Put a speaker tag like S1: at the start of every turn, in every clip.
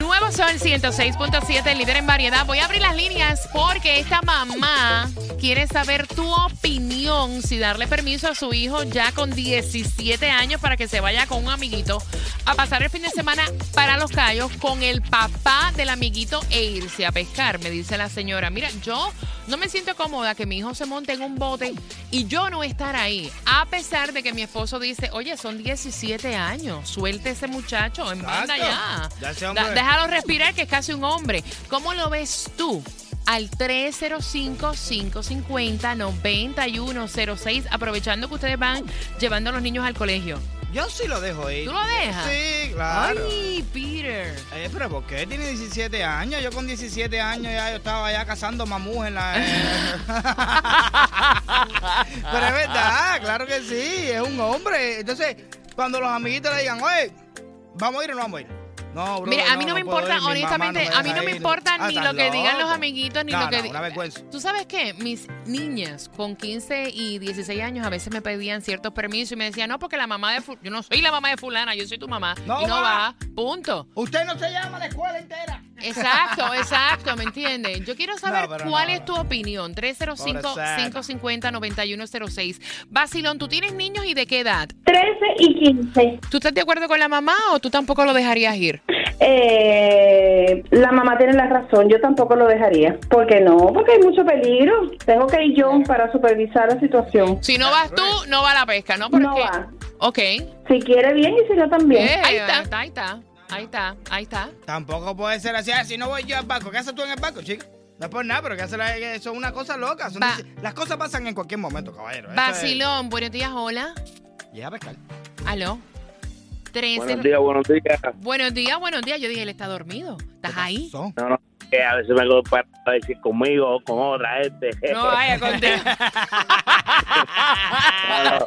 S1: Nuevo Sol 106.7, líder en variedad. Voy a abrir las líneas porque esta mamá quiere saber tu opinión si darle permiso a su hijo ya con 17 años para que se vaya con un amiguito a pasar el fin de semana para Los Cayos con el papá del amiguito e irse a pescar, me dice la señora. Mira, yo no me siento cómoda que mi hijo se monte en un bote y yo no estar ahí, a pesar de que mi esposo dice, oye, son 17 años, suelte ese muchacho, en banda ya.
S2: Exacto. Ya ese
S1: Da-
S2: hombre-
S1: déjalo respirar, que es casi un hombre. ¿Cómo lo ves tú? Al 305-550-9106, aprovechando que ustedes van llevando a los niños al colegio.
S2: Yo sí lo dejo ir.
S1: ¿Tú lo dejas?
S2: Sí, claro.
S1: Ay, Peter.
S2: Eh, pero ¿por qué tiene 17 años? Yo con 17 años ya yo estaba ya cazando mamús en la... pero es verdad, claro que sí, es un hombre. Entonces, cuando los amiguitos le digan, oye, ¿vamos a ir o no vamos a ir? No, brother,
S1: Mira, a mí no, me
S2: puedo
S1: importa,
S2: ir, mi mamá
S1: honestamente,
S2: no
S1: a mí
S2: deja
S1: no me
S2: ir.
S1: importa ni
S2: Ah, estás
S1: lo que digan los
S2: loco.
S1: amigos ni
S2: No,
S1: lo que
S2: no,
S1: di-
S2: una vergüenza.
S1: ¿Tú sabes qué? Mis niñas con 15 y 16 años a veces me pedían ciertos permisos y me decían, no, porque la mamá de fulana, yo no soy la mamá de fulana, yo soy tu mamá.
S2: No
S1: y no va,
S2: va.
S1: punto.
S2: Usted no se llama a la escuela entera.
S1: Exacto, exacto, ¿me entiendes? Yo quiero saber
S2: No, pero
S1: cuál
S2: no,
S1: es tu opinión. 305-550-9106. Basilón, ¿tú tienes niños y de qué edad?
S3: 13 y 15.
S1: ¿Tú estás de acuerdo con la mamá o tú tampoco lo dejarías ir?
S3: Eh, la mamá tiene la razón, yo tampoco lo dejaría. ¿Por qué no? Porque hay mucho peligro. Tengo que ir yo para supervisar la situación.
S1: Si no vas tú, no va la pesca, ¿no? Porque,
S3: No va.
S1: Ok.
S3: Si quiere bien y si no también.
S1: Eh, ahí está, ahí está, ahí está, ahí está.
S2: Tampoco puede ser así. Ah, Si no voy yo al banco, ¿qué haces tú en el banco, chica? No es por nada, pero ¿qué haces? la- Eso es una cosa loca. Son
S1: Va-
S2: dieci- Las cosas pasan en cualquier momento, caballero. Eso es-
S1: Basilón, buenos días, hola.
S2: Llega a pescar.
S1: Aló. 13.
S4: Buenos días, buenos días.
S1: Buenos días, buenos días. Yo dije, él está dormido. ¿Estás ahí?
S2: Son.
S4: No, no, que a veces me hago para decir conmigo o con otra gente.
S1: No vaya contigo.
S4: Bueno,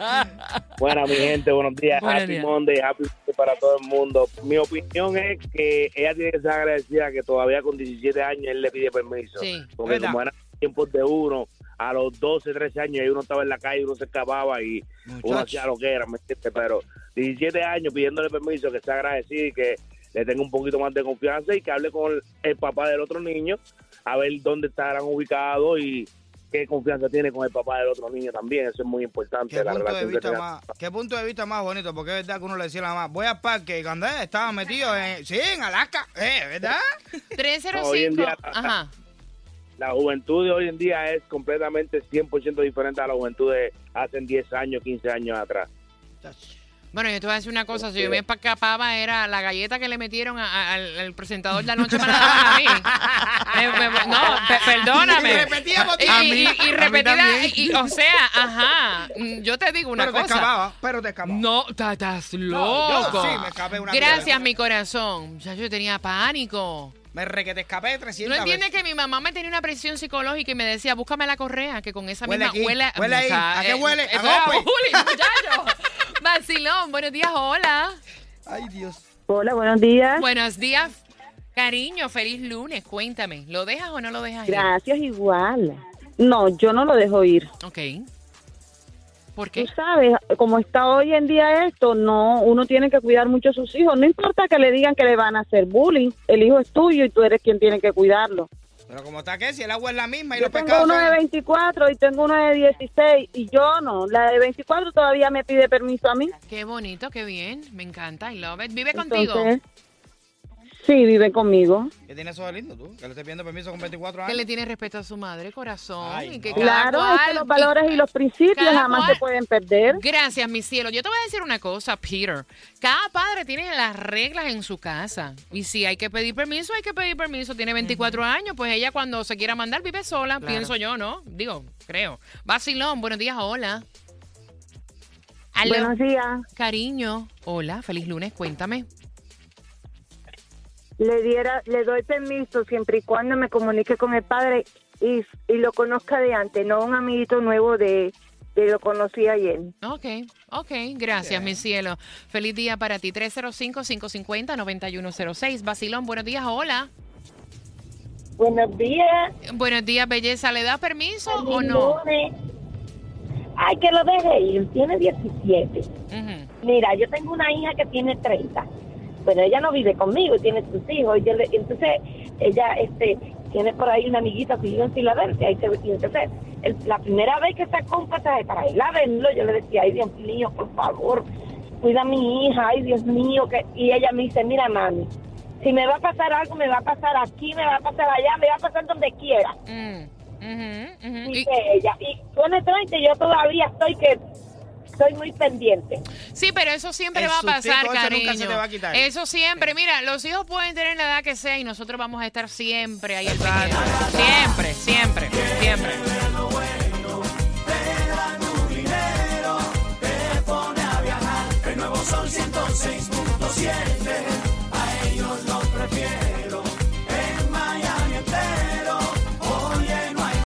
S4: bueno, mi gente, buenos días.
S1: Buenos
S4: happy
S1: días.
S4: Monday, happy Monday para todo el mundo. Mi opinión es que ella tiene que ser agradecida que todavía con 17 años él le pide permiso.
S1: Sí.
S4: Porque
S2: ¿Verdad?
S4: como eran tiempos de uno, a los 12, 13 años, ahí uno estaba en la calle, uno se escapaba y uno hacía lo que era, ¿me entiendes? Pero 17 años pidiéndole permiso, que sea agradecido y que le tenga un poquito más de confianza y que hable con el, el papá del otro niño a ver dónde estarán ubicados y qué confianza tiene con el papá del otro niño también. Eso es muy importante.
S2: ¿Qué
S4: la
S2: punto, de
S4: relación que
S2: vista
S4: tenga.
S2: más, ¿Qué punto de vista más bonito? Porque es verdad que uno le decía a la mamá, voy al parque y cuando eh, estaba metido en... Sí, en Alaska, eh, ¿verdad?
S4: Hoy en
S1: 305.
S4: día-
S1: Ajá.
S4: La juventud de hoy en día es completamente 100% diferente a la juventud de hace 10 años, 15 años atrás.
S1: Bueno, yo te voy a decir una cosa. Si yo me escapaba, era la galleta que le metieron a- a- al, al presentador de la noche me la daban a mí. Me- me- me- no, pe- perdóname.
S2: Y repetía por ti.
S1: Y-
S2: A
S1: y-
S2: mí-
S1: y
S2: a mí
S1: repetida,
S2: también.
S1: y- o sea, ajá. Mm, Yo te digo una
S2: pero te
S1: cosa.
S2: escapaba, pero te escapaba.
S1: No, ta- estás
S2: yo
S1: loco.
S2: sí me escapé una
S1: Gracias,
S2: vez.
S1: mi corazón. Ya yo tenía pánico.
S2: Me re que te escapé 300
S1: ¿No entiendes
S2: veces.
S1: que mi mamá me tenía una presión psicológica y me decía, búscame la correa, que con esa
S2: Huele
S1: misma
S2: aquí,
S1: huele...
S2: huele ahí.
S1: Mucha-
S2: ¿A qué
S1: eh,
S2: huele? ¿A
S1: eso era
S2: golpe?
S1: bullying, muchacho. Vacilón, buenos días, hola.
S2: Ay, Dios.
S5: Hola, buenos días.
S1: Buenos días, cariño, feliz lunes, cuéntame, ¿lo dejas o no lo dejas? ir?
S5: Gracias, igual. No, yo no lo dejo ir.
S1: Ok. ¿Por
S5: Tú
S1: qué?
S5: sabes, como está hoy en día esto, no, uno tiene que cuidar mucho a sus hijos. No importa que le digan que le van a hacer bullying, el hijo es tuyo y tú eres quien tiene que cuidarlo.
S2: Pero como está que si el agua es la misma y
S5: Yo
S2: los
S1: pues
S5: tengo
S2: pescados...
S5: uno
S2: son-
S5: de 24 y tengo uno de 16 y yo no. La de 24 todavía me pide permiso a mí.
S1: Qué bonito, qué bien, me encanta, I love it. ¿Vive contigo?
S5: Entonces, sí, vive conmigo.
S2: ¿Qué tiene eso de lindo tú? Que le estés pidiendo permiso con 24
S1: Que
S2: años.
S1: le tiene respeto a su madre, corazón.
S2: Ay,
S1: y que
S2: no.
S1: cada
S5: Claro, es que
S1: cual-
S5: los valores y los principios
S1: cada
S5: jamás
S1: cual-
S5: se pueden perder.
S1: Gracias, mi cielo. Yo te voy a decir una cosa, Peter. Cada padre tiene las reglas en su casa. Y si hay que pedir permiso, hay que pedir permiso. Tiene 24 años, pues ella cuando se quiera mandar vive sola, pienso yo, ¿no? Digo, creo. Vacilón, buenos días, hola. Aló,
S5: Buenos días.
S1: cariño. Hola, feliz lunes, cuéntame.
S6: le diera, le doy permiso siempre y cuando me comunique con el padre y, y lo conozca de antes, no un amiguito nuevo de, de lo conocí ayer.
S1: Ok, ok, gracias, mi cielo. Feliz día para ti. 305-550-9106. Vacilón, buenos días, hola.
S5: Buenos días.
S1: Buenos días, belleza. ¿Le das permiso o
S5: Feliz
S1: no?
S5: lunes. Ay, que lo deje ir. Tiene 17.
S1: Ujú.
S5: Mira, yo tengo una hija que tiene 30. Bueno, ella no vive conmigo, tiene sus hijos. y yo le- entonces, ella este, tiene por ahí una amiguita que vive en Filadelfia. Y, se- y entonces, el- la primera vez que sacó un pasaje para ir a verlo, yo le decía, ay, Dios mío, por favor, cuida a mi hija, ay, Dios mío. Que... Y ella me dice, mira, mami, si me va a pasar algo, me va a pasar aquí, me va a pasar allá, me va a pasar donde quiera.
S1: Mm, ujú, ujú. Y-
S5: Dice ella. Y pone 30 y yo todavía estoy que... Estoy muy pendiente.
S1: sí, pero eso siempre
S2: El
S1: va a pasar,
S2: sustico ese
S1: cariño.
S2: nunca se te va a quitar.
S1: Eso siempre. Mira, los hijos pueden tener la edad que sea y nosotros vamos a estar siempre ahí al pendiente. Siempre, siempre, siempre.